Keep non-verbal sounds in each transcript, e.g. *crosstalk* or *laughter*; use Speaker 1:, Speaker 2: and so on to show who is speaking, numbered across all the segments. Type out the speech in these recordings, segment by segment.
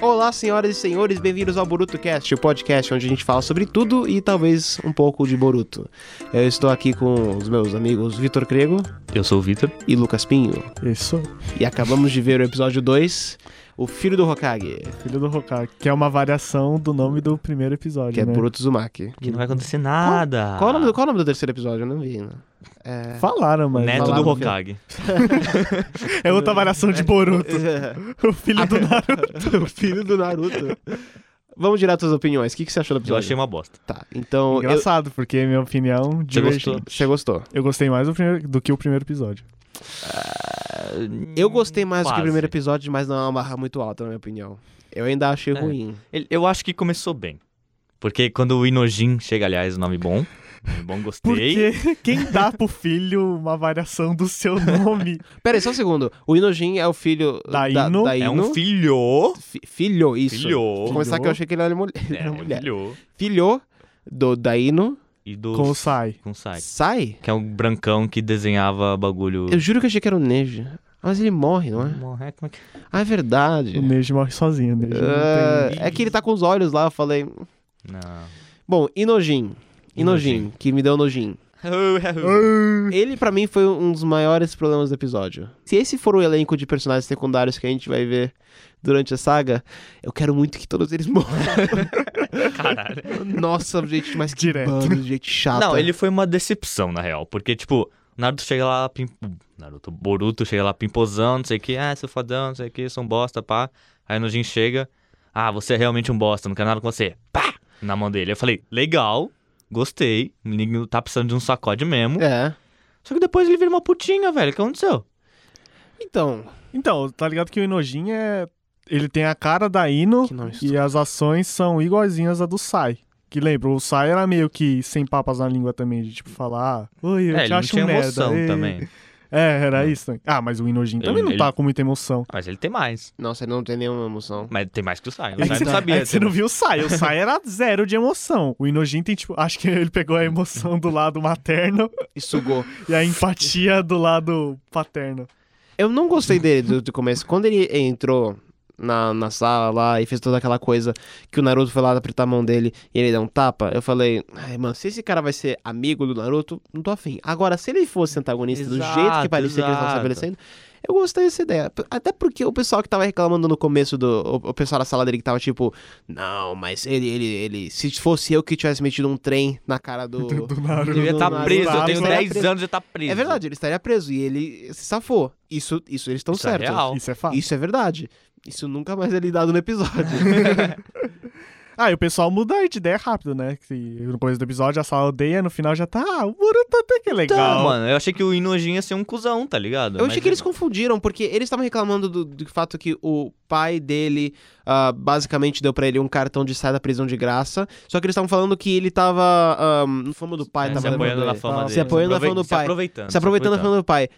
Speaker 1: Olá, senhoras e senhores, bem-vindos ao BorutoCast, o podcast onde a gente fala sobre tudo e talvez um pouco de Boruto. Eu estou aqui com os meus amigos Vitor Crego
Speaker 2: Eu sou o Vitor.
Speaker 1: e Lucas Pinho,
Speaker 3: Isso,
Speaker 1: e acabamos de ver o episódio 2, O Filho do Hokage,
Speaker 3: filho do Hokage, que é uma variação do nome do primeiro episódio,
Speaker 1: que é
Speaker 3: né?
Speaker 1: Boruto Uzumaki.
Speaker 2: Que não vai acontecer nada.
Speaker 1: Qual, é o nome do, qual o nome do terceiro episódio? Eu não vi, né? É...
Speaker 3: Falaram, mas...
Speaker 2: Neto
Speaker 1: Falaram
Speaker 2: do
Speaker 1: no
Speaker 2: Hokage.
Speaker 3: É outra variação de Boruto.
Speaker 2: *laughs*
Speaker 3: o filho do Naruto.
Speaker 1: É. *laughs* o filho do Naruto. Vamos direto às opiniões. O que, que você achou do
Speaker 2: Eu
Speaker 1: episódio?
Speaker 2: achei uma bosta.
Speaker 1: Tá, então... eu-
Speaker 3: Engraçado, porque minha opinião...
Speaker 2: Você
Speaker 3: diverge.
Speaker 2: gostou?
Speaker 1: Você gostou?
Speaker 3: Eu gostei mais do, primeiro- do que o primeiro episódio.
Speaker 1: Eu gostei mais do que
Speaker 2: Quase.
Speaker 1: o primeiro episódio, mas não é uma barra muito alta, na minha opinião. Eu ainda achei
Speaker 2: É.
Speaker 1: ruim.
Speaker 2: Ele- Eu acho que começou bem. Porque quando o Inojin chega, aliás, o nome bom. Um Nome bom, gostei.
Speaker 3: Porque *laughs* quem dá pro filho uma variação
Speaker 2: *laughs*
Speaker 3: do seu nome?
Speaker 1: Pera aí, só um segundo. O Inojin é o filho
Speaker 3: Da Ino?
Speaker 2: É um filho.
Speaker 1: Fi- filho, isso. Vou
Speaker 2: Filho.
Speaker 1: começar que eu achei que ele era mulher. Ele *laughs*
Speaker 2: É,
Speaker 1: era mulher.
Speaker 2: filho.
Speaker 1: Filho do Daino
Speaker 2: E do
Speaker 3: Com o Sai.
Speaker 2: com o Sai.
Speaker 1: Sai?
Speaker 2: Que é um brancão que desenhava bagulho.
Speaker 1: Eu juro que eu achei que era o Neji. Mas ele morre, não é?
Speaker 2: Morre, como é que-
Speaker 1: Ah, é verdade.
Speaker 3: O Neji morre sozinho, o Neji não
Speaker 1: Ah,
Speaker 3: tem-
Speaker 1: é que ele tá com os olhos lá, eu falei.
Speaker 2: Não.
Speaker 1: Bom, Inojin. Inojin, que me deu
Speaker 2: *laughs*
Speaker 1: Nojin. Ele, pra mim, foi um dos maiores problemas do episódio. Se esse for o elenco de personagens secundários que a gente vai ver durante a saga, eu quero muito que todos eles *laughs* morram.
Speaker 2: Caralho.
Speaker 1: Nossa, gente, mas que
Speaker 3: Direto.
Speaker 1: bando de gente
Speaker 3: Ah,
Speaker 1: chata.
Speaker 3: tá.
Speaker 2: Não, ele foi uma decepção, na real. Porque, tipo, Naruto chega lá, pim... Naruto, Boruto chega lá pimposão, não sei o que, ah, sou fodão, não sei o que, sou um bosta, pá. Aí Nojin chega, ah, você é realmente um bosta, não quero nada com você. Pá! Na mão dele. Eu falei, legal, gostei, o menino tá precisando de um sacode mesmo.
Speaker 1: É.
Speaker 2: Só que depois ele vira uma putinha, velho, o que aconteceu?
Speaker 1: Então,
Speaker 3: Então, tá ligado que o Inojin é... Ele tem a cara da Ino
Speaker 1: que nome
Speaker 3: E as ações são iguaizinhas a do Sai. Que lembra, o Sai era meio que sem papas na língua também, de tipo falar, ah, oi, eu
Speaker 2: é,
Speaker 3: te
Speaker 2: ele não
Speaker 3: acho
Speaker 2: tinha
Speaker 3: um merda.
Speaker 2: emoção
Speaker 3: ei."
Speaker 2: também.
Speaker 3: É, era isso também. Ah, mas o Inojin
Speaker 2: Ele-
Speaker 3: também não
Speaker 2: ele-
Speaker 3: tá com muita emoção.
Speaker 2: Mas ele tem mais.
Speaker 1: Nossa, ele não tem nenhuma emoção.
Speaker 2: Mas tem mais que o Sai. O
Speaker 3: É que
Speaker 2: Sai
Speaker 3: você-
Speaker 2: não sabia.
Speaker 3: é que você
Speaker 2: ter-
Speaker 3: não viu o Sai, o Sai era zero de emoção. O Inojin tem, tipo, acho que ele pegou a emoção do lado materno
Speaker 1: E sugou.
Speaker 3: e a empatia do lado paterno.
Speaker 1: Eu não gostei dele do, do começo. Quando ele entrou na, na sala lá e fez toda aquela coisa que o Naruto foi lá apertar a mão dele e ele deu um tapa, eu falei, ai, mano, se esse cara vai ser amigo do Naruto, não tô afim. Agora, se ele fosse antagonista do jeito que parecia
Speaker 2: Exato,
Speaker 1: que eles estavam
Speaker 2: exato.
Speaker 1: estabelecendo, eu gostei dessa ideia. P- Até porque o pessoal que tava reclamando no começo do. O, o pessoal da sala dele que tava tipo, não, mas ele, ele, ele. Se fosse eu que tivesse metido um trem na cara
Speaker 2: *laughs*
Speaker 1: do.
Speaker 3: Do Naruto.
Speaker 2: Ele ia estar
Speaker 1: Naruto
Speaker 2: preso, eu
Speaker 1: lá,
Speaker 2: tenho
Speaker 1: ele estaria
Speaker 2: 10
Speaker 1: preso.
Speaker 2: anos e tá preso.
Speaker 1: É verdade, ele estaria preso e ele se safou. Isso, isso eles estão
Speaker 2: Isso é
Speaker 1: certos.
Speaker 2: real.
Speaker 3: Isso é fato.
Speaker 1: Isso é verdade. Isso nunca mais é lidado no episódio.
Speaker 3: Ah, e o pessoal muda de ideia rápido, né? Que no começo do episódio a sala odeia, no final já tá, ah, o Boruto até que é legal.
Speaker 2: Então,
Speaker 1: Tá,
Speaker 2: mano, eu achei que o Inojin ia ser um cuzão, tá ligado?
Speaker 1: Eu
Speaker 2: Mas
Speaker 1: achei que eles confundiram, porque eles estavam reclamando do, do fato que o pai dele ah, basicamente deu pra ele um cartão de sair da prisão de graça. Só que eles estavam falando que ele tava ah, no fama do pai, né,
Speaker 2: É,
Speaker 1: tava
Speaker 2: se apoiando
Speaker 1: levando
Speaker 2: na
Speaker 1: ele.
Speaker 2: fama
Speaker 3: tá.
Speaker 2: dele.
Speaker 3: Se
Speaker 1: apoiando na
Speaker 2: Aprove-
Speaker 1: fama do
Speaker 2: se
Speaker 1: pai.
Speaker 2: aproveitando.
Speaker 1: Se aproveitando da fama do pai.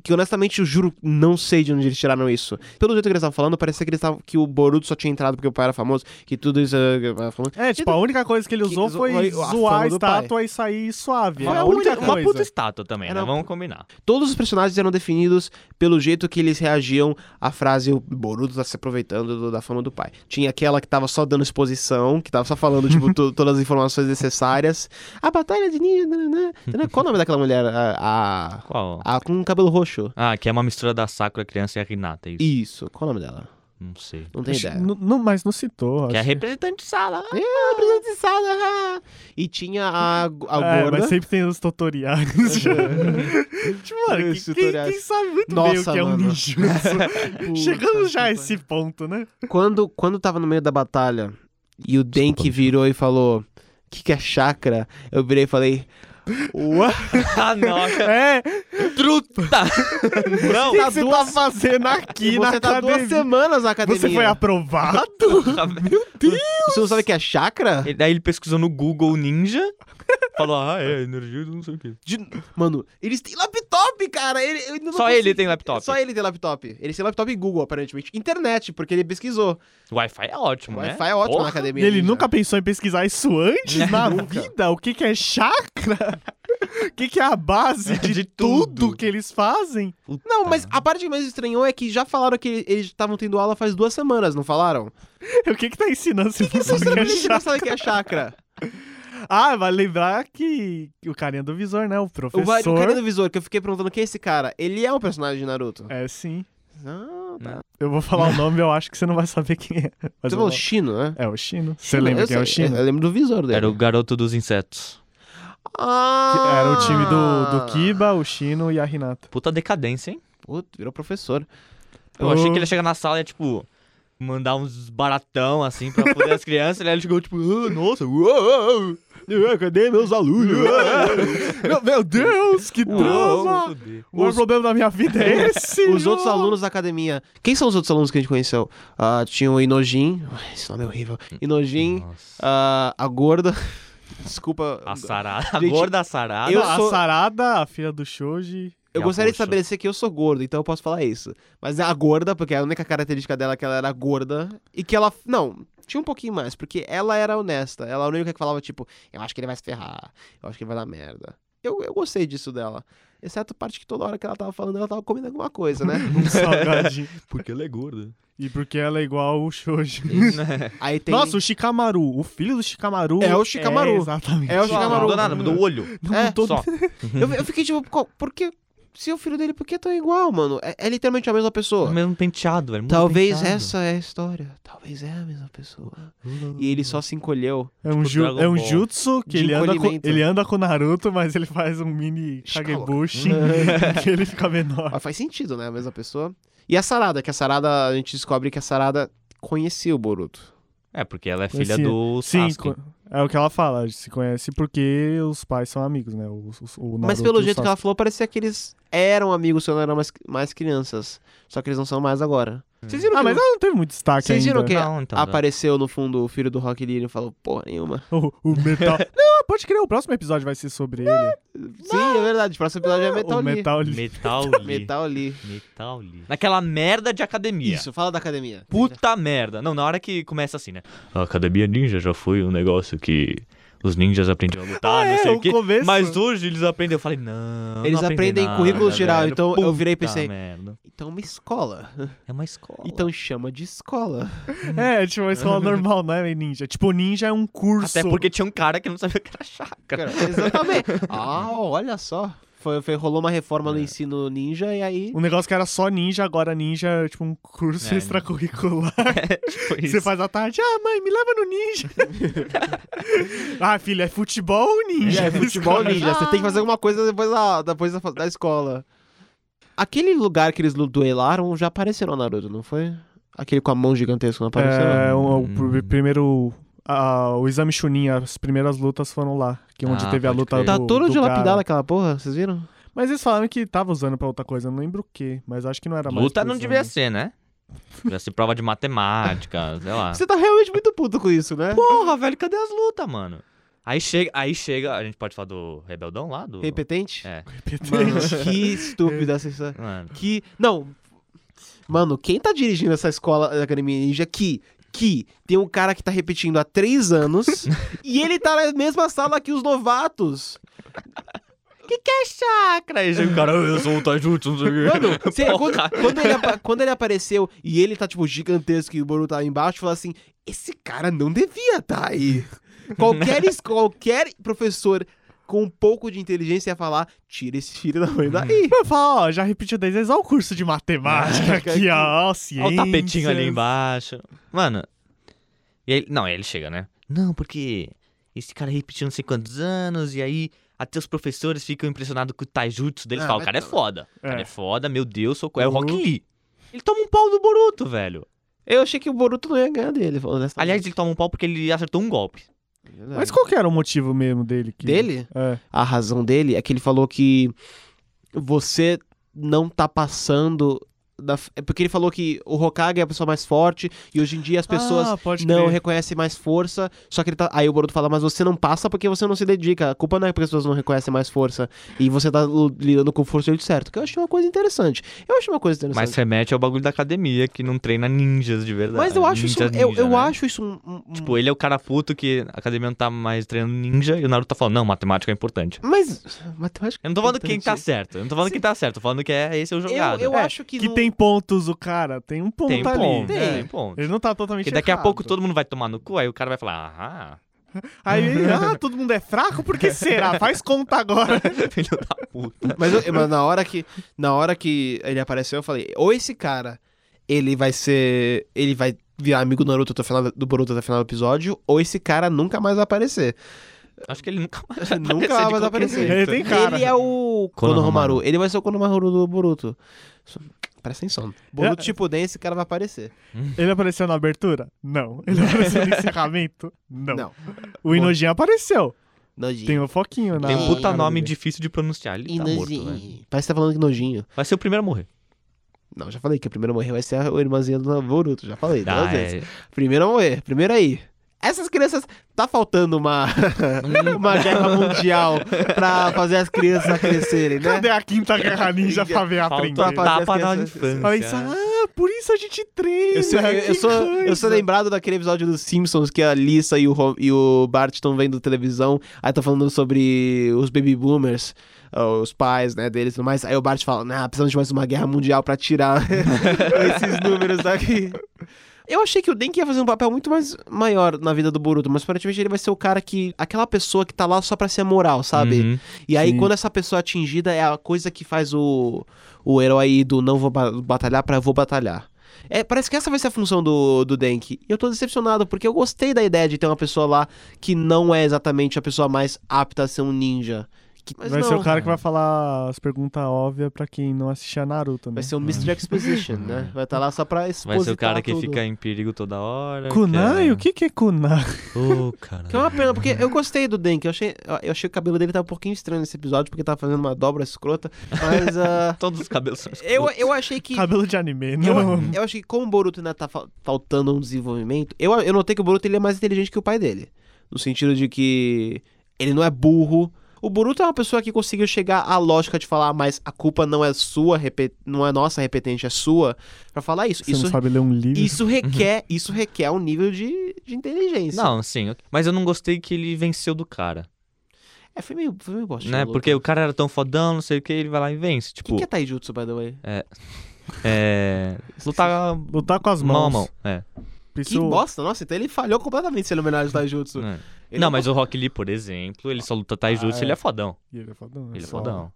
Speaker 1: Que honestamente eu juro, não sei de onde eles tiraram isso. Pelo jeito que eles estavam falando, parecia que, eles estavam- que o Boruto só tinha entrado porque o pai era famoso, que tudo isso ah, era famoso.
Speaker 3: É, tipo, a única coisa que ele
Speaker 1: que
Speaker 3: usou
Speaker 1: zo-
Speaker 3: foi
Speaker 1: foi a
Speaker 3: zoar
Speaker 1: fama
Speaker 3: a
Speaker 1: do
Speaker 3: estátua e sair suave.
Speaker 2: Foi
Speaker 1: É
Speaker 3: Era a
Speaker 2: uma
Speaker 3: única
Speaker 2: puta- uma puta
Speaker 3: coisa.
Speaker 2: estátua também,
Speaker 1: Era
Speaker 2: né?
Speaker 1: uma-
Speaker 2: Vamos combinar.
Speaker 1: Todos os personagens eram definidos pelo jeito que eles reagiam à frase o Boruto tá se aproveitando do- da fama do pai. Tinha aquela que tava só dando exposição, que tava só falando,
Speaker 3: *laughs*
Speaker 1: tipo, to- todas as informações necessárias. A batalha de Ninja, nananã, nananã. Qual o nome daquela mulher? A, a,
Speaker 2: Qual?
Speaker 1: a com o cabelo roxo.
Speaker 2: Ah, que é uma mistura da Sakura criança e a Renata, isso.
Speaker 1: Isso, qual o nome dela?
Speaker 2: Não sei.
Speaker 1: Não tenho ideia.
Speaker 3: N- não- mas não citou.
Speaker 2: Que é a
Speaker 3: acho.
Speaker 1: *laughs*
Speaker 2: representante de sala.
Speaker 1: Ah, precisa de sala, ah. E tinha a, a
Speaker 3: É,
Speaker 1: gorda. Uhum.
Speaker 3: mas sempre tem os tutoriais. *laughs* tipo, mano,
Speaker 1: Os
Speaker 3: que- quem,
Speaker 1: tutoriais.
Speaker 3: quem sabe muito bem o
Speaker 1: Nossa,
Speaker 3: que é um
Speaker 1: mano.
Speaker 3: ninjutsu. *laughs* *laughs* Chegamos já a esse ponto, né?
Speaker 1: Quando, quando tava no meio da batalha e o Denki virou e falou: O que, que é chakra? Eu virei e falei: What?
Speaker 2: ah, nossa.
Speaker 3: É,
Speaker 2: Truta!
Speaker 1: *laughs*
Speaker 3: o
Speaker 2: Não,
Speaker 3: que você tá fazendo aqui
Speaker 1: E
Speaker 3: na
Speaker 1: você tá duas
Speaker 3: academia?
Speaker 1: semanas na academia.
Speaker 3: É, Você foi aprovado?
Speaker 1: Você não sabe o que é chakra?
Speaker 2: Ele- tá Daí ele pesquisou no Google Ninja. Falou, ah, é, energia, do não sei o quê.
Speaker 1: De- Mano, eles têm laptop! laptop, cara. Ele, eu não
Speaker 2: Só
Speaker 1: consigo-
Speaker 2: ele tem laptop.
Speaker 1: Só ele tem laptop. Ele tem laptop e Google, aparentemente. Internet, porque ele pesquisou.
Speaker 2: Wi-Fi é ótimo, né?
Speaker 1: Wi-Fi é ótimo na
Speaker 2: Porra.
Speaker 1: academia.
Speaker 3: E ele
Speaker 1: ninja.
Speaker 3: nunca pensou em pesquisar isso antes na vida? O que, que é chakra? *laughs* O que, que é a base de,
Speaker 2: de
Speaker 3: tudo.
Speaker 2: tudo.
Speaker 3: que eles fazem?
Speaker 1: Não, mas a parte que mais estranhou é que já falaram que ele- eles estavam tendo aula faz duas semanas, não falaram?
Speaker 3: O que, que tá ensinando se
Speaker 1: Por que
Speaker 3: você
Speaker 1: você
Speaker 3: é
Speaker 1: não
Speaker 3: chakra?
Speaker 1: sabe o que é chakra?
Speaker 3: Ah, vale lembrar que o carinha do visor, né? O
Speaker 1: O, va- o
Speaker 3: professor.
Speaker 1: cara do visor, que eu fiquei perguntando quem é esse cara. Ele é um personagem de Naruto.
Speaker 3: É, sim.
Speaker 1: Ah, tá.
Speaker 3: Eu vou falar o nome, eu acho que você não vai saber quem é. Mas
Speaker 1: Você
Speaker 3: eu vou-
Speaker 1: falou Shino, né?
Speaker 3: É o Chino. Você lembra
Speaker 1: Eu
Speaker 3: quem é o
Speaker 1: sei,
Speaker 3: Chino?
Speaker 1: Eu lembro do visor dele.
Speaker 2: Era o garoto dos insetos.
Speaker 1: Ah!
Speaker 3: Que Era o time do, do Kiba, o Chino e a Renata.
Speaker 2: Puta decadência, hein?
Speaker 1: Puta, virou professor.
Speaker 2: Eu
Speaker 3: Oh.
Speaker 2: achei que ele ia chegar na sala e, tipo, mandar uns baratão, assim, pra poder as crianças. E aí ele chegou, tipo, "Ah, nossa, uou, uou, uou, *laughs* cadê meus alunos?
Speaker 3: *laughs* meu, meu Deus, que
Speaker 2: Uou,
Speaker 3: drama!
Speaker 2: fudeu.
Speaker 3: O maior
Speaker 1: Os-
Speaker 3: problema da minha vida é
Speaker 1: *laughs*
Speaker 3: esse!
Speaker 1: Os outros
Speaker 3: ó.
Speaker 1: alunos da academia. Quem são os outros alunos que a gente conheceu? Ah, tinha o Inojin. Ai, Esse nome é horrível. Inojin.
Speaker 2: Hum. Nossa.
Speaker 1: ah, a gorda. *laughs* Desculpa.
Speaker 2: A sarada, a
Speaker 1: Gente,
Speaker 2: gorda sarada. Ah,
Speaker 1: eu
Speaker 3: Não,
Speaker 1: sou-
Speaker 3: A Sarada, a filha do Shoji.
Speaker 1: Eu
Speaker 2: E a
Speaker 1: gostaria de
Speaker 2: roxa.
Speaker 1: estabelecer que eu sou gordo, então eu posso falar isso. Mas é a gorda, porque a única característica dela é que ela era gorda. E que ela. Não, tinha um pouquinho mais, porque ela era honesta. Ela era a única que falava, tipo, eu acho que ele vai se ferrar, eu acho que ele vai dar merda. Eu, eu gostei disso dela. Exceto a parte que toda hora que ela tava falando, ela tava comendo alguma coisa,
Speaker 2: *laughs*
Speaker 1: né? *laughs*
Speaker 3: Um salgadinho.
Speaker 2: Porque ela é gorda.
Speaker 3: e porque ela é igual o Shoji.
Speaker 1: Aí tem.
Speaker 3: Nossa, o Shikamaru. O filho do Shikamaru.
Speaker 1: É o Shikamaru.
Speaker 3: É, exatamente.
Speaker 1: É o
Speaker 2: Não
Speaker 1: Shikamaru.
Speaker 2: mudou nada, mudou
Speaker 1: *laughs*
Speaker 2: o olho.
Speaker 1: É,
Speaker 3: Todo-
Speaker 2: Só.
Speaker 1: eu, eu fiquei tipo, qual- por que. Se é o filho dele, por que é tão igual, mano? É, é literalmente a mesma
Speaker 2: O
Speaker 1: pessoa.
Speaker 2: mesmo penteado, velho. muda o
Speaker 1: Talvez
Speaker 2: penteado.
Speaker 1: essa é a história. Talvez é a mesma pessoa.
Speaker 2: Hum.
Speaker 1: E ele só se encolheu
Speaker 3: É um, ju-
Speaker 2: Dragon
Speaker 3: é um
Speaker 2: Ball.
Speaker 3: jutsu que
Speaker 1: De
Speaker 3: ele anda, com,
Speaker 1: encolhimento.
Speaker 3: ele anda com o Naruto, mas ele faz um mini
Speaker 1: Shikamaru. *laughs*
Speaker 3: Kagebushi que ele fica menor.
Speaker 1: Mas faz sentido, né? A mesma pessoa. E a Sarada, que a Sarada, a gente descobre que a Sarada conhecia o Boruto.
Speaker 2: É, porque ela é filha
Speaker 3: Sim,
Speaker 2: do
Speaker 3: Sim,
Speaker 2: Sasuke.
Speaker 3: co- é o que ela fala. A gente se conhece porque os pais são amigos, né? O, o, o
Speaker 1: mas
Speaker 3: Naruto e
Speaker 1: pelo
Speaker 3: o
Speaker 1: jeito que
Speaker 3: Sasuke.
Speaker 1: ela falou, parecia que eles eram amigos quando eram mais, mais crianças. Só que eles não são mais agora. Vocês viram
Speaker 3: Ah,
Speaker 1: que
Speaker 3: mas
Speaker 1: no-
Speaker 3: ela não teve muito destaque
Speaker 1: Vocês viram
Speaker 3: ainda.
Speaker 1: que
Speaker 2: Não, então,
Speaker 1: apareceu no fundo o filho do Rock Lee e falou, porra nenhuma.
Speaker 3: *laughs* O, o metal.
Speaker 1: *laughs*
Speaker 3: não, pode crer, o próximo episódio vai ser sobre ele.
Speaker 1: Sim, é verdade. O próximo episódio é Metal
Speaker 3: o
Speaker 1: Lee.
Speaker 3: metal. Lee.
Speaker 2: *laughs* Metal Lee.
Speaker 1: Metal Lee.
Speaker 2: Metal Lee. Naquela merda de academia.
Speaker 1: Isso, fala da academia.
Speaker 2: Puta merda. Não, na hora que começa assim, né? A academia ninja já foi um negócio que os ninjas aprendiam a lutar,
Speaker 3: Ah,
Speaker 2: não
Speaker 3: é,
Speaker 2: sei o
Speaker 3: o
Speaker 2: quê.
Speaker 3: começo.
Speaker 2: Mas hoje eles aprendem. Eu falei, não.
Speaker 1: Eles
Speaker 2: não aprendi
Speaker 1: aprendem
Speaker 2: nada,
Speaker 1: currículo geral,
Speaker 2: velho.
Speaker 1: então eu
Speaker 2: Puta
Speaker 1: virei e pensei-
Speaker 2: merda.
Speaker 1: Então uma escola.
Speaker 2: É uma escola.
Speaker 1: Então chama de escola.
Speaker 3: É, tipo
Speaker 2: *laughs*
Speaker 3: uma escola normal, não é ninja. Tipo, ninja é um curso.
Speaker 2: Até porque tinha um cara que não sabia o que era chakra.
Speaker 1: Cara, *laughs* exatamente. ah, olha só. Foi, foi- rolou uma reforma no ensino ninja e aí...
Speaker 3: Um negócio que era só ninja, agora ninja é tipo um curso
Speaker 2: É,
Speaker 3: extracurricular.
Speaker 2: *laughs* Tipo
Speaker 3: Você
Speaker 2: isso.
Speaker 3: faz à tarde, ah, mãe, me leva
Speaker 2: *laughs*
Speaker 3: no ninja. ah, filho, é futebol ou ninja?
Speaker 1: É, futebol
Speaker 3: Escola-
Speaker 1: ninja. Você tem que fazer alguma coisa depois da, depois da, da escola. Aquele lugar que eles lu- duelaram já apareceu no Naruto, não foi? Aquele com a mão gigantesca não apareceu?
Speaker 3: É,
Speaker 1: não?
Speaker 2: Hum.
Speaker 3: o, o pr- primeiro. a- o exame Chunin, as primeiras lutas foram lá, que é onde
Speaker 2: Ah,
Speaker 3: teve a
Speaker 2: pode
Speaker 3: luta
Speaker 2: crer.
Speaker 3: do,
Speaker 1: Tá todo
Speaker 3: do
Speaker 1: dilapidado
Speaker 3: Gaara.
Speaker 1: aquela porra, vocês viram?
Speaker 3: Mas eles falaram que tava usando pra outra coisa, eu não lembro o que, mas acho que não era mais.
Speaker 2: Luta
Speaker 3: pro
Speaker 2: não
Speaker 3: exame.
Speaker 2: devia ser, né? Devia ser prova de matemática, *laughs* sei lá.
Speaker 1: Você tá realmente muito puto com isso, né?
Speaker 2: Porra, velho, cadê as lutas, mano? Aí chega, aí chega, a gente pode falar do rebeldão lá? Do...
Speaker 1: Repetente?
Speaker 2: É.
Speaker 1: *laughs* Mano,
Speaker 3: *laughs* Repetente.
Speaker 1: que estúpida essa história.
Speaker 2: Mano,
Speaker 1: Que. Não. Mano, quem tá dirigindo essa escola da Academia Ninja que. Que tem um cara que tá repetindo há três *laughs* anos e ele tá na mesma sala que os novatos.
Speaker 2: chakra! Aí chega o cara, eu sou o Taijutsu, não
Speaker 1: *laughs*
Speaker 2: sei o quê.
Speaker 1: Mano, cê- quando, quando ele, apa- quando ele apareceu e ele tá, tipo, gigantesco e o Boruto tá aí embaixo, fala assim: esse cara não devia tá aí. Qualquer, es- qualquer professor com um pouco de inteligência ia falar: tira esse filho da mãe daí.
Speaker 3: Eu falo, ó, já repetiu 10 vezes, olha o curso de matemática
Speaker 2: *laughs*
Speaker 3: aqui, ó, ó, ciência.
Speaker 2: Olha o tapetinho ali embaixo. Mano. E aí, não, aí ele chega, né? Não, porque esse cara repetiu não sei quantos anos, e aí até os professores ficam impressionados com o taijutsu deles.
Speaker 1: Ah,
Speaker 2: falam, o
Speaker 1: vai
Speaker 2: cara é
Speaker 1: tomar.
Speaker 2: foda. O cara
Speaker 3: É.
Speaker 2: é foda, meu Deus, sou... é o Rock
Speaker 3: Uhum.
Speaker 2: Lee. Ele toma um pau do Boruto, velho.
Speaker 1: Eu achei que o Boruto não ia ganhar dele. honestamente.
Speaker 2: Aliás, ele toma um pau porque ele acertou um golpe.
Speaker 3: Mas qual que era o motivo mesmo dele? que-
Speaker 1: dele?
Speaker 3: É.
Speaker 1: a razão dele é que ele falou que você não tá passando da f- é porque ele falou que o Hokage é a pessoa mais forte e hoje em dia as pessoas
Speaker 3: Ah, pode
Speaker 1: não
Speaker 3: crer.
Speaker 1: reconhecem mais força. Só que ele tá. Aí o Boruto fala, mas você não passa porque você não se dedica. A culpa não é porque as pessoas não reconhecem mais força. E você tá lu- lidando com o forceiro certo. Que eu achei uma coisa interessante. Eu achei uma coisa interessante.
Speaker 2: Mas remete ao bagulho da academia, que não treina ninjas de verdade.
Speaker 1: Mas eu acho isso.
Speaker 2: Ninjas,
Speaker 1: eu
Speaker 2: ninja,
Speaker 1: eu
Speaker 2: né?
Speaker 1: acho isso um- um- um-
Speaker 2: Tipo, ele é o cara puto que a academia não tá mais treinando ninja e o Naruto tá falando, não, matemática é importante.
Speaker 1: Mas. Matemática.
Speaker 2: Eu não tô falando quem tá certo, eu não tô falando quem tá certo, eu tô falando que é esse é o jogado.
Speaker 1: Eu, eu
Speaker 3: É,
Speaker 1: acho tá que.
Speaker 3: Que
Speaker 1: no-
Speaker 3: tem pontos o cara, tem um ponto
Speaker 2: tem
Speaker 3: ali.
Speaker 2: ponto,
Speaker 1: Tem.
Speaker 2: tem,
Speaker 3: né?
Speaker 2: ponto.
Speaker 3: Ele não tá totalmente
Speaker 2: Porque daqui a
Speaker 3: errado.
Speaker 2: pouco todo mundo vai tomar no cu, aí o cara vai falar, ah, *laughs*
Speaker 3: Aí, ah, todo mundo é fraco? Por que será? Faz conta
Speaker 2: *laughs*
Speaker 3: agora.
Speaker 2: filho da puta.
Speaker 1: Mas, eu- mas na hora que na hora que ele apareceu, eu falei, ou esse cara, ele vai ser, ele vai virar amigo do Naruto até o final do Boruto até o final do episódio, ou esse cara nunca mais vai
Speaker 2: *laughs*
Speaker 1: aparecer.
Speaker 2: Acho que ele nunca mais
Speaker 1: nunca
Speaker 2: de
Speaker 1: mais vai
Speaker 2: qualquer
Speaker 1: aparecer.
Speaker 2: jeito.
Speaker 3: Ele tem cara.
Speaker 1: Ele é o
Speaker 2: Konohamaru.
Speaker 1: Konohamaru. Ele vai ser o Konohamaru do Boruto. Isso- Presta atenção.
Speaker 2: É.
Speaker 1: Boruto tipo den, esse cara vai aparecer.
Speaker 3: Ele apareceu na abertura? Não. Ele apareceu no encerramento? Não.
Speaker 1: Não.
Speaker 3: O Inojin apareceu.
Speaker 1: Nojinho.
Speaker 3: Tem um foquinho, né?
Speaker 2: Tem um puta
Speaker 1: Ih,
Speaker 2: nome difícil de pronunciar, ele tá morto, velho.
Speaker 1: Nojinho. Parece que tá falando que nojinho.
Speaker 2: Vai ser o primeiro a morrer.
Speaker 1: Não, já falei que o primeiro a morrer vai ser a irmãzinha do Boruto. Já falei. duas
Speaker 2: Ah,
Speaker 1: vezes.
Speaker 2: é.
Speaker 1: Primeiro a morrer, primeiro aí. Essas crianças. Tá faltando uma, *laughs* uma guerra mundial pra fazer as crianças crescerem, né?
Speaker 3: Cadê a quinta guerra ninja pra ver
Speaker 2: Faltou a
Speaker 3: aprender?
Speaker 1: Tá fazer as
Speaker 2: tapa na
Speaker 1: crianças-
Speaker 2: infância.
Speaker 3: Aí você, ah, por isso a gente treina.
Speaker 1: Eu, sou- eu- eu
Speaker 3: que
Speaker 1: sou, eu sou
Speaker 3: coisa."
Speaker 1: lembrado daquele episódio dos Simpsons que a Lisa e o, Ro- e o Bart estão vendo televisão, aí tá falando sobre os baby boomers, ah, os pais né, deles e tudo mais. Aí o Bart fala, nah, precisamos de mais uma guerra mundial pra tirar *laughs* esses números daqui. Eu achei que o Denki ia fazer um papel muito mais maior na vida do Boruto, mas aparentemente ele vai ser o cara que. aquela pessoa que tá lá só pra ser moral, sabe?
Speaker 2: Uhum.
Speaker 1: E aí,
Speaker 3: Sim.
Speaker 1: quando essa pessoa é atingida, é a coisa que faz o, o herói ir do não vou ba- batalhar pra vou batalhar. É, parece que essa vai ser a função do, do Denk. E eu tô decepcionado, porque eu gostei da ideia de ter uma pessoa lá que não é exatamente a pessoa mais apta a ser um ninja. Que- mas
Speaker 3: vai
Speaker 1: não,
Speaker 3: ser o cara né? que vai falar as perguntas óbvias pra quem não assistia Naruto, né?
Speaker 1: vai ser o Mr. Exposition,
Speaker 3: *laughs*
Speaker 1: né? Vai estar lá só pra expositar
Speaker 2: Vai ser o cara que
Speaker 1: tudo.
Speaker 2: fica em perigo toda hora.
Speaker 3: Kunai?
Speaker 2: é-
Speaker 3: O que que é Kunai?
Speaker 2: Ô, cara.
Speaker 1: Que é uma pena, porque eu gostei do Denk. Eu achei, eu achei que o cabelo dele tá um pouquinho estranho nesse episódio, porque tava fazendo uma dobra escrota. Mas
Speaker 2: *laughs*
Speaker 1: ah,
Speaker 2: Todos os cabelos são escuros.
Speaker 1: eu, é eu achei que
Speaker 3: *laughs* Cabelo de anime, não.
Speaker 1: Eu, eu acho que como o Boruto ainda tá fal- faltando um desenvolvimento, eu, eu notei que o Boruto ele é mais inteligente que o pai dele. No sentido de que ele não é burro. O Boruto é uma pessoa que conseguiu chegar à lógica de falar, mas a culpa não é sua, repe- não é nossa, repetente, é sua. Pra falar isso.
Speaker 3: Você
Speaker 1: Isso,
Speaker 3: não sabe ler um livro?
Speaker 1: isso requer isso requer um nível de, de inteligência.
Speaker 2: Não, sim. ok. Mas eu não gostei que ele venceu do cara.
Speaker 1: É, foi meio, foi meio bosta.
Speaker 2: né? Porque o cara era tão fodão, não sei o que, ele vai lá e vence.
Speaker 1: O que,
Speaker 2: Tipo,
Speaker 1: que é Taijutsu, by the way?
Speaker 2: é. Lutar
Speaker 3: Lutar com as
Speaker 2: mão a
Speaker 3: mãos.
Speaker 2: mão. É.
Speaker 1: Que
Speaker 3: Isso-
Speaker 1: bosta, nossa, então ele falhou completamente se ele homenagem ao Taijutsu.
Speaker 2: é.
Speaker 1: Ele um
Speaker 2: Não, mas o Rock Lee, por exemplo, ele só luta Taijutsu,
Speaker 3: Ah, é.
Speaker 2: ele é fodão.
Speaker 3: E ele é fodão.
Speaker 2: Ele é
Speaker 3: só-
Speaker 2: fodão.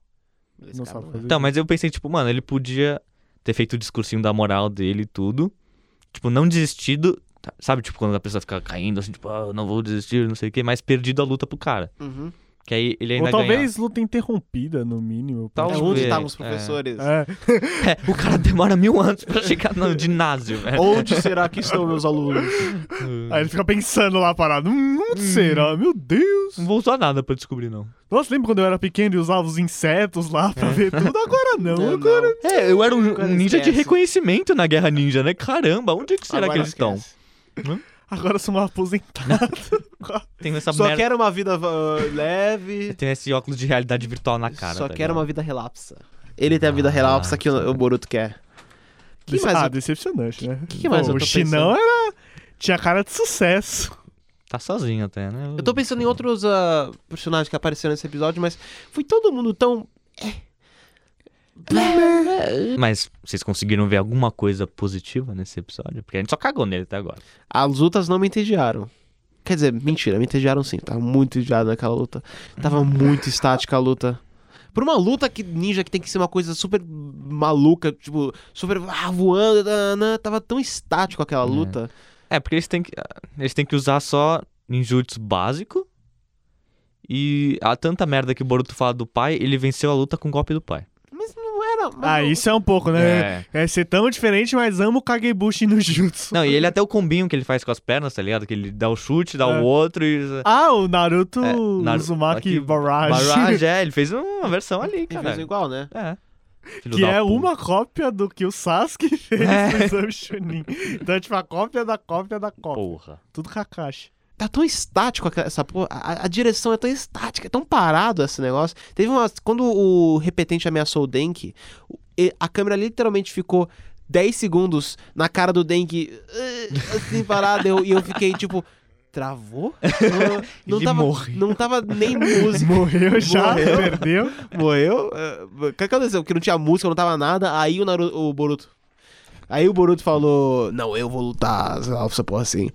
Speaker 1: Esse cara
Speaker 3: Não sabe
Speaker 1: não é.
Speaker 3: fazer.
Speaker 2: Então, mas eu pensei, tipo, mano, ele podia ter feito o discursinho da moral dele e tudo. Tipo, não desistido. tá- Sabe, tipo, quando a pessoa fica caindo, assim, tipo, ah, eu não vou desistir, não sei o quê, mas perdido a luta pro cara.
Speaker 1: Uhum.
Speaker 2: Que aí ele ainda
Speaker 3: Ou
Speaker 2: ganha.
Speaker 3: talvez luta interrompida, no mínimo.
Speaker 1: É
Speaker 2: Talvez.
Speaker 1: onde
Speaker 2: Talvez,
Speaker 1: estavam os
Speaker 2: é.
Speaker 1: professores.
Speaker 3: É,
Speaker 2: *laughs* É, o cara demora mil anos pra chegar no
Speaker 3: *laughs*
Speaker 2: ginásio, velho.
Speaker 1: Onde será que estão meus alunos?
Speaker 3: aí ele fica pensando lá parado. Hum, onde será? Meu Deus.
Speaker 2: Não vou usar nada pra descobrir, não.
Speaker 3: Nossa, lembra quando eu era pequeno e usava os insetos lá pra ver tudo? Agora
Speaker 1: *laughs*
Speaker 3: não, agora
Speaker 2: É, eu era um,
Speaker 1: Cara,
Speaker 2: um ninja de
Speaker 1: esquece.
Speaker 2: reconhecimento na Guerra Ninja, né? Caramba, onde é que será
Speaker 1: Agora
Speaker 2: que eles estão?
Speaker 1: esquece.
Speaker 3: Agora eu sou um aposentado.
Speaker 2: Tem essa
Speaker 1: Só
Speaker 2: Tá merda-
Speaker 1: quero uma vida ah, leve.
Speaker 2: Tem esse óculos de realidade virtual na cara.
Speaker 1: só
Speaker 2: tá Ah,
Speaker 1: quero
Speaker 2: ligado?
Speaker 1: uma vida relapsa. Ele tem a vida relapsa que o, o Boruto quer. Que
Speaker 3: Dece-
Speaker 1: mais
Speaker 3: ah,
Speaker 1: eu-
Speaker 3: decepcionante, né?
Speaker 1: que mais eu
Speaker 3: Pô,
Speaker 1: tô
Speaker 3: o Chinão era. Tinha cara de sucesso.
Speaker 2: Tá sozinho até, né?
Speaker 1: Eu tô pensando em outros ah, personagens que apareceram nesse episódio, mas foi todo mundo tão.
Speaker 2: Mas vocês conseguiram ver alguma coisa positiva nesse episódio? Porque a gente só cagou nele até agora.
Speaker 1: As lutas não me entediaram. Quer dizer, mentira, me entediaram sim. Tava muito entediado naquela luta. Tava muito estática a luta. Por uma luta que ninja que tem que ser uma coisa super maluca, tipo, super ah, voando, nananã, tava tão estático aquela luta.
Speaker 2: É, porque eles têm que, eles têm que usar só ninjutsu básico. E há tanta merda que o Boruto fala do pai, ele venceu a luta com o golpe do pai.
Speaker 1: Mas não era. mas
Speaker 3: Ah,
Speaker 1: não-
Speaker 3: isso é um pouco, né?
Speaker 2: É.
Speaker 3: É, ser tão diferente, mas amo o Kagebushi
Speaker 1: *laughs*
Speaker 3: no
Speaker 1: É.
Speaker 3: Jutsu.
Speaker 2: Não, e ele até o combinho que ele faz com as pernas, tá ligado? Que ele dá o chute, dá
Speaker 3: É.
Speaker 2: o outro e.
Speaker 3: Ah, o Naruto
Speaker 2: É, Naru-
Speaker 3: Uzumaki
Speaker 2: aqui-
Speaker 3: Barrage.
Speaker 2: Barrage, é, ele fez uma versão ali,
Speaker 1: Ele fez
Speaker 2: cara.
Speaker 1: igual, né?
Speaker 2: É. Filho
Speaker 3: *laughs* Que
Speaker 2: da
Speaker 3: é
Speaker 2: puta.
Speaker 3: uma cópia do que o Sasuke *laughs* fez no exame Chunin. Então é tipo a cópia da cópia da cópia.
Speaker 2: Porra.
Speaker 3: Tudo Kakashi.
Speaker 1: Tá tão estático aquela- essa porra. A, a direção é tão estática, é tão parado esse negócio. Teve uma. Quando o repetente ameaçou o Denk, o- e- a câmera literalmente ficou 10 segundos na cara do Denk, eh, assim, parada. eu- E eu, fiquei tipo. Travou? Não, não
Speaker 2: *laughs* Ele
Speaker 1: tava,
Speaker 2: morre.
Speaker 1: não tava nem música.
Speaker 3: Morreu já,
Speaker 1: Morreu.
Speaker 3: perdeu.
Speaker 1: Morreu? eh, O que aconteceu? Porque não tinha música, não tava nada. Aí o, Naruto, o Boruto. Aí o Boruto falou: Não, eu vou lutar. sei lá, Essa porra assim.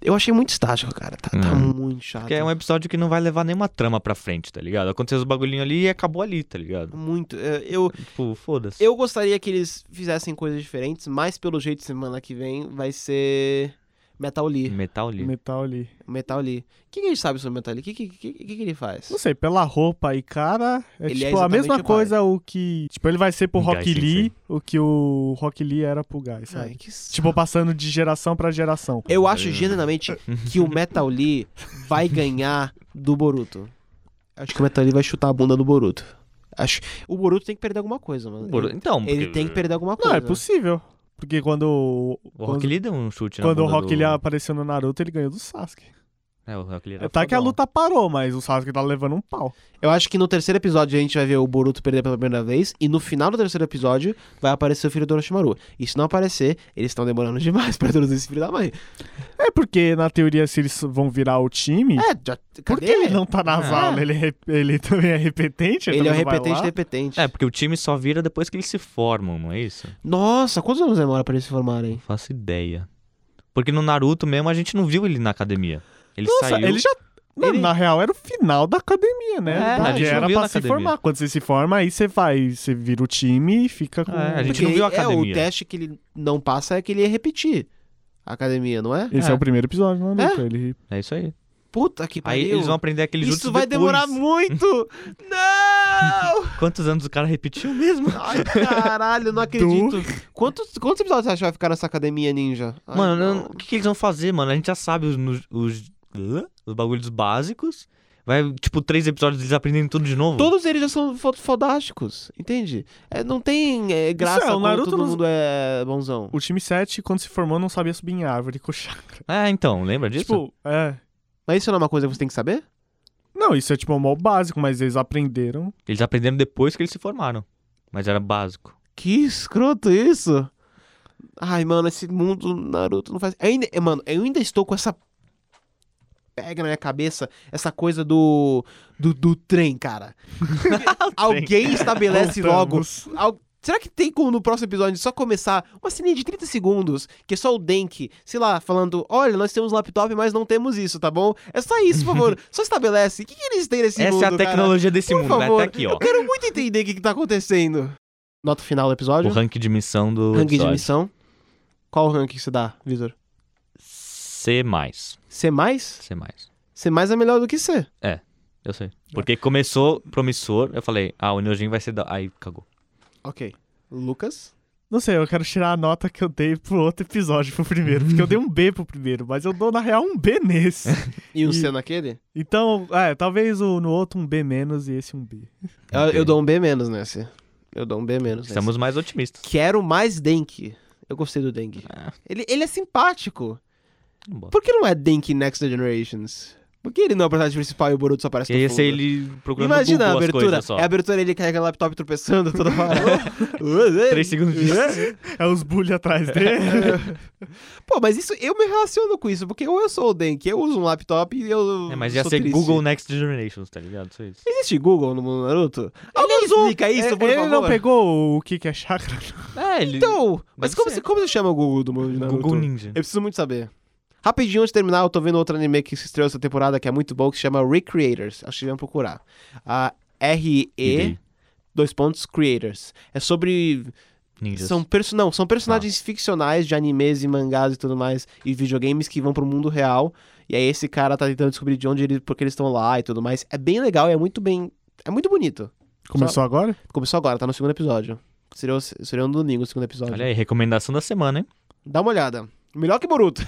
Speaker 1: Eu achei muito estático, cara. Tá, tá
Speaker 2: Hum.
Speaker 1: muito chato.
Speaker 2: Que é um episódio que não vai levar nenhuma trama pra frente, tá ligado? Aconteceu os bagulhinhos ali e acabou ali, tá ligado?
Speaker 1: Muito. eh, Eu,
Speaker 2: Tipo, foda-se.
Speaker 1: eu gostaria que eles fizessem coisas diferentes, mas pelo jeito, semana que vem vai ser. Metal Lee.
Speaker 2: Metal ali.
Speaker 3: Metal ali.
Speaker 1: Metal Lee. O que, que a gente sabe sobre Metal Lee? O que, que, que, que que ele faz?
Speaker 3: Não sei, pela roupa e cara, é
Speaker 1: Ele é
Speaker 3: tipo a mesma
Speaker 1: exatamente
Speaker 3: coisa o que. Tipo, ele vai ser pro
Speaker 2: Um
Speaker 3: Rock
Speaker 2: Guy
Speaker 3: Lee,
Speaker 2: Sensei.
Speaker 3: o que o Rock Lee era pro Guy, sabe?
Speaker 1: Ai, que
Speaker 3: Tipo, passando de geração pra geração.
Speaker 1: Eu acho genuinamente que o Metal Lee vai ganhar do Boruto. Acho que o Metal Lee vai chutar a bunda do Boruto. Acho... O Boruto tem que perder alguma coisa, mano.
Speaker 2: Boru-
Speaker 1: Ele-
Speaker 2: Então,
Speaker 1: Ele,
Speaker 2: porque
Speaker 1: tem que perder alguma
Speaker 3: Não,
Speaker 1: coisa.
Speaker 3: é possível. Porque quando.
Speaker 2: O Rock Lee deu um chute na
Speaker 3: Quando o
Speaker 2: bunda
Speaker 3: Rock
Speaker 2: do...
Speaker 3: Lee apareceu no Naruto, ele ganhou do Sasuke.
Speaker 2: É, o Rock Lee era
Speaker 3: Tá que a
Speaker 2: fodão.
Speaker 3: luta parou, mas o Sasuke tá levando um pau.
Speaker 1: Eu acho que no terceiro episódio a gente vai ver o Boruto perder pela primeira vez. E no final do terceiro episódio vai aparecer o filho do Orochimaru. E se não aparecer, eles estão demorando demais *laughs* pra introduzir esse filho da mãe.
Speaker 3: É porque, na teoria, se eles vão virar o time.
Speaker 1: É, já...
Speaker 3: Por
Speaker 1: cadê? Ah.
Speaker 3: que ele não tá nas
Speaker 2: É.
Speaker 3: aulas? Ele, é re- ele também é repetente?
Speaker 1: Ele é o
Speaker 3: também não vai
Speaker 1: repetente
Speaker 3: lá?
Speaker 1: do repetente.
Speaker 2: É, porque o time só vira depois que eles se formam, não é isso?
Speaker 1: Nossa, quantos anos demora pra eles se formarem?
Speaker 2: Não faço ideia. Porque no Naruto mesmo a gente não viu ele na academia. Ele
Speaker 3: Nossa,
Speaker 2: saiu.
Speaker 3: ele já. Não,
Speaker 2: Ele-
Speaker 3: Na real, era o final da academia, né?
Speaker 2: É,
Speaker 3: Porque
Speaker 2: a gente não
Speaker 3: era
Speaker 2: viu
Speaker 3: pra
Speaker 2: na
Speaker 3: se
Speaker 2: academia.
Speaker 3: formar. Quando você se forma, aí você vai, você vira o time e fica com.
Speaker 2: É, a gente
Speaker 1: Porque
Speaker 2: não viu a
Speaker 1: É, o
Speaker 2: academia.
Speaker 1: teste que ele não passa é que ele ia repetir a academia, não é?
Speaker 3: Esse é.
Speaker 2: É.
Speaker 3: o primeiro episódio, não é? Ele...
Speaker 2: É isso aí.
Speaker 1: Puta que
Speaker 2: Aí
Speaker 1: pariu.
Speaker 2: eles vão aprender aquele jutsu
Speaker 1: Isso vai
Speaker 2: depois.
Speaker 1: demorar
Speaker 2: *laughs*
Speaker 1: muito! não!
Speaker 2: Quantos anos o cara repetiu É mesmo?
Speaker 1: Ai, caralho, não acredito. Quantos, quantos episódios você acha que vai ficar nessa academia ninja? Ai,
Speaker 2: mano,
Speaker 1: não.
Speaker 2: eu- o que, que eles vão fazer, mano? A gente já sabe os, nos- os, hã? os bagulhos básicos. Vai, tipo, três episódios eles aprendendo tudo de novo.
Speaker 1: Todos eles já são fo- fodásticos, entende? É, não tem é, graça
Speaker 3: é, o
Speaker 1: quando
Speaker 3: Naruto
Speaker 1: todo
Speaker 3: não-
Speaker 1: mundo é bonzão.
Speaker 3: O time 7, quando se formou, não sabia subir em árvore com chakra.
Speaker 2: É, então, lembra disso?
Speaker 3: Tipo, é.
Speaker 1: Mas isso não é uma coisa que você tem que saber?
Speaker 3: Não, isso é tipo o mal básico, mas eles aprenderam.
Speaker 2: Eles aprenderam depois que eles se formaram. Mas era básico.
Speaker 1: Que escroto isso! Ai, mano, esse mundo do Naruto não faz. Ainda, eh, mano, eu ainda estou com essa. Pega na minha cabeça essa coisa do. do, do trem, cara.
Speaker 2: *laughs*
Speaker 1: Alguém estabelece logo.
Speaker 3: Voltamos.
Speaker 1: Al- Será que tem como no próximo episódio só começar uma ceninha de 30 segundos, que é só o Denk, sei lá, falando: olha, nós temos laptop, mas não temos isso, tá bom? É só isso, por
Speaker 2: *laughs*
Speaker 1: favor. só estabelece. O que, que eles têm nesse
Speaker 2: Essa
Speaker 1: mundo?
Speaker 2: é a
Speaker 1: cara?
Speaker 2: tecnologia desse
Speaker 1: Por
Speaker 2: mundo,
Speaker 1: favor.
Speaker 2: vai até aqui, ó.
Speaker 1: Eu quero muito entender o que, que tá acontecendo. Nota final do episódio?
Speaker 2: O rank de missão do.
Speaker 1: Ranking de
Speaker 2: episódio.
Speaker 1: missão. Qual o ranking que você dá, Vitor?
Speaker 2: C mais.
Speaker 1: C mais?
Speaker 2: C mais.
Speaker 1: C mais é melhor do que C.
Speaker 2: Eu sei. Porque começou promissor, eu falei, ah, o Neojin vai ser da. Aí cagou.
Speaker 1: Ok. Lucas?
Speaker 3: Não sei, eu quero tirar a nota que eu dei pro outro episódio, pro primeiro. Porque eu dei um B pro primeiro, mas eu dou, na real, um
Speaker 2: *laughs*
Speaker 3: B nesse.
Speaker 1: E um
Speaker 3: E-
Speaker 1: C naquele?
Speaker 3: Então, é, talvez o, no outro um B menos e esse um B.
Speaker 1: Eu,
Speaker 2: Ok.
Speaker 1: eu dou um B menos nesse. Eu dou um B menos nesse.
Speaker 2: Estamos mais otimistas.
Speaker 1: Quero mais Denk. Eu gostei do Denk.
Speaker 2: Ah.
Speaker 1: Ele, ele é simpático.
Speaker 2: Não bota.
Speaker 1: Por que não é Denk Next Generations? Por que ele não é o personagem principal e o Boruto só aparece
Speaker 2: E
Speaker 1: no
Speaker 2: aí
Speaker 1: fundo?
Speaker 2: ser ele procurando
Speaker 1: Imagina
Speaker 2: no
Speaker 1: a
Speaker 2: Google as
Speaker 1: abertura.
Speaker 2: coisas só.
Speaker 1: É a abertura ele carrega o laptop tropeçando toda hora.
Speaker 2: Três segundos de...
Speaker 3: É os
Speaker 2: *laughs*
Speaker 3: bully atrás dele.
Speaker 1: *laughs* Pô, mas isso eu me relaciono com isso, porque ou eu sou o Denk, eu uso um laptop e eu.
Speaker 2: É, mas ia
Speaker 1: sou
Speaker 2: ser
Speaker 1: triste.
Speaker 2: Google Next Generations, tá ligado? Só isso.
Speaker 1: Existe Google no mundo do Naruto? Alguém explica isso,
Speaker 3: É,
Speaker 1: por
Speaker 3: ele
Speaker 1: favor.
Speaker 3: não pegou o que, que é chakra.
Speaker 2: É, ele...
Speaker 1: Então, mas
Speaker 2: Deve
Speaker 1: como
Speaker 2: ser.
Speaker 1: se, como se chama o Google do mundo de Naruto?
Speaker 2: Google Ninja.
Speaker 1: Eu preciso muito saber. Rapidinho, antes de terminar, eu tô vendo outro anime que se estreou essa temporada que é muito bom, que se chama Recreators. Acho que devem procurar. Ah, R-E,
Speaker 2: Irei.
Speaker 1: dois pontos, Creators. É sobre
Speaker 2: Ninjas.
Speaker 1: São, perso- não, são
Speaker 2: Ah.
Speaker 1: personagens ficcionais de animes e mangás e tudo mais, e videogames que vão pro mundo real. E aí esse cara tá tentando descobrir de onde eles, porque eles estão lá e tudo mais. É bem legal, e é muito bem. É muito bonito.
Speaker 3: Começou agora?
Speaker 1: Começou agora, tá no segundo episódio. Seria, o- seria um domingo o segundo episódio.
Speaker 2: Olha aí, recomendação da semana, hein?
Speaker 1: Dá uma olhada. Melhor
Speaker 2: *laughs*
Speaker 1: que Boruto.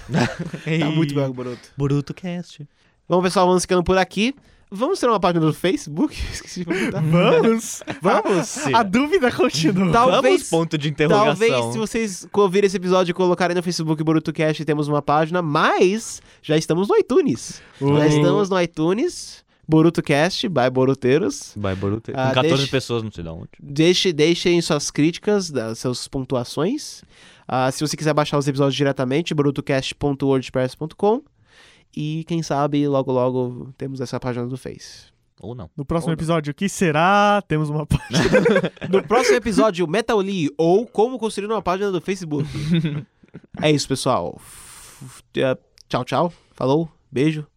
Speaker 2: Ei,
Speaker 1: Tá muito melhor que Boruto.
Speaker 2: Boruto Cast.
Speaker 1: Bom, pessoal, vamos ficando por aqui. Vamos ter uma página do Facebook? *laughs* Esqueci de perguntar.
Speaker 3: Vamos?
Speaker 1: Vamos!
Speaker 3: A dúvida continua.
Speaker 1: Talvez-
Speaker 2: Vamos, ponto de interrogação.
Speaker 1: Talvez, se vocês ouvirem esse episódio e colocarem no Facebook BorutoCast, temos uma página, mas já estamos no iTunes. Já estamos no iTunes, BorutoCast, by Boruteiros.
Speaker 2: Vai, Boruto.
Speaker 1: Ah,
Speaker 2: Com 14
Speaker 1: deixa-
Speaker 2: pessoas, não sei de onde.
Speaker 1: Deixe, deixem suas críticas, da- suas pontuações. Ah, se você quiser baixar os episódios diretamente, borutocast.wordpress.com. E quem sabe, logo logo, temos essa página do Face.
Speaker 2: Ou não.
Speaker 3: No próximo
Speaker 1: Ou não.
Speaker 3: episódio, o que será? Temos uma página.
Speaker 1: No próximo episódio, Metal Lee ou como construir uma página do Facebook. é isso, pessoal. F- f- eh, Tchau, tchau. Falou. Beijo.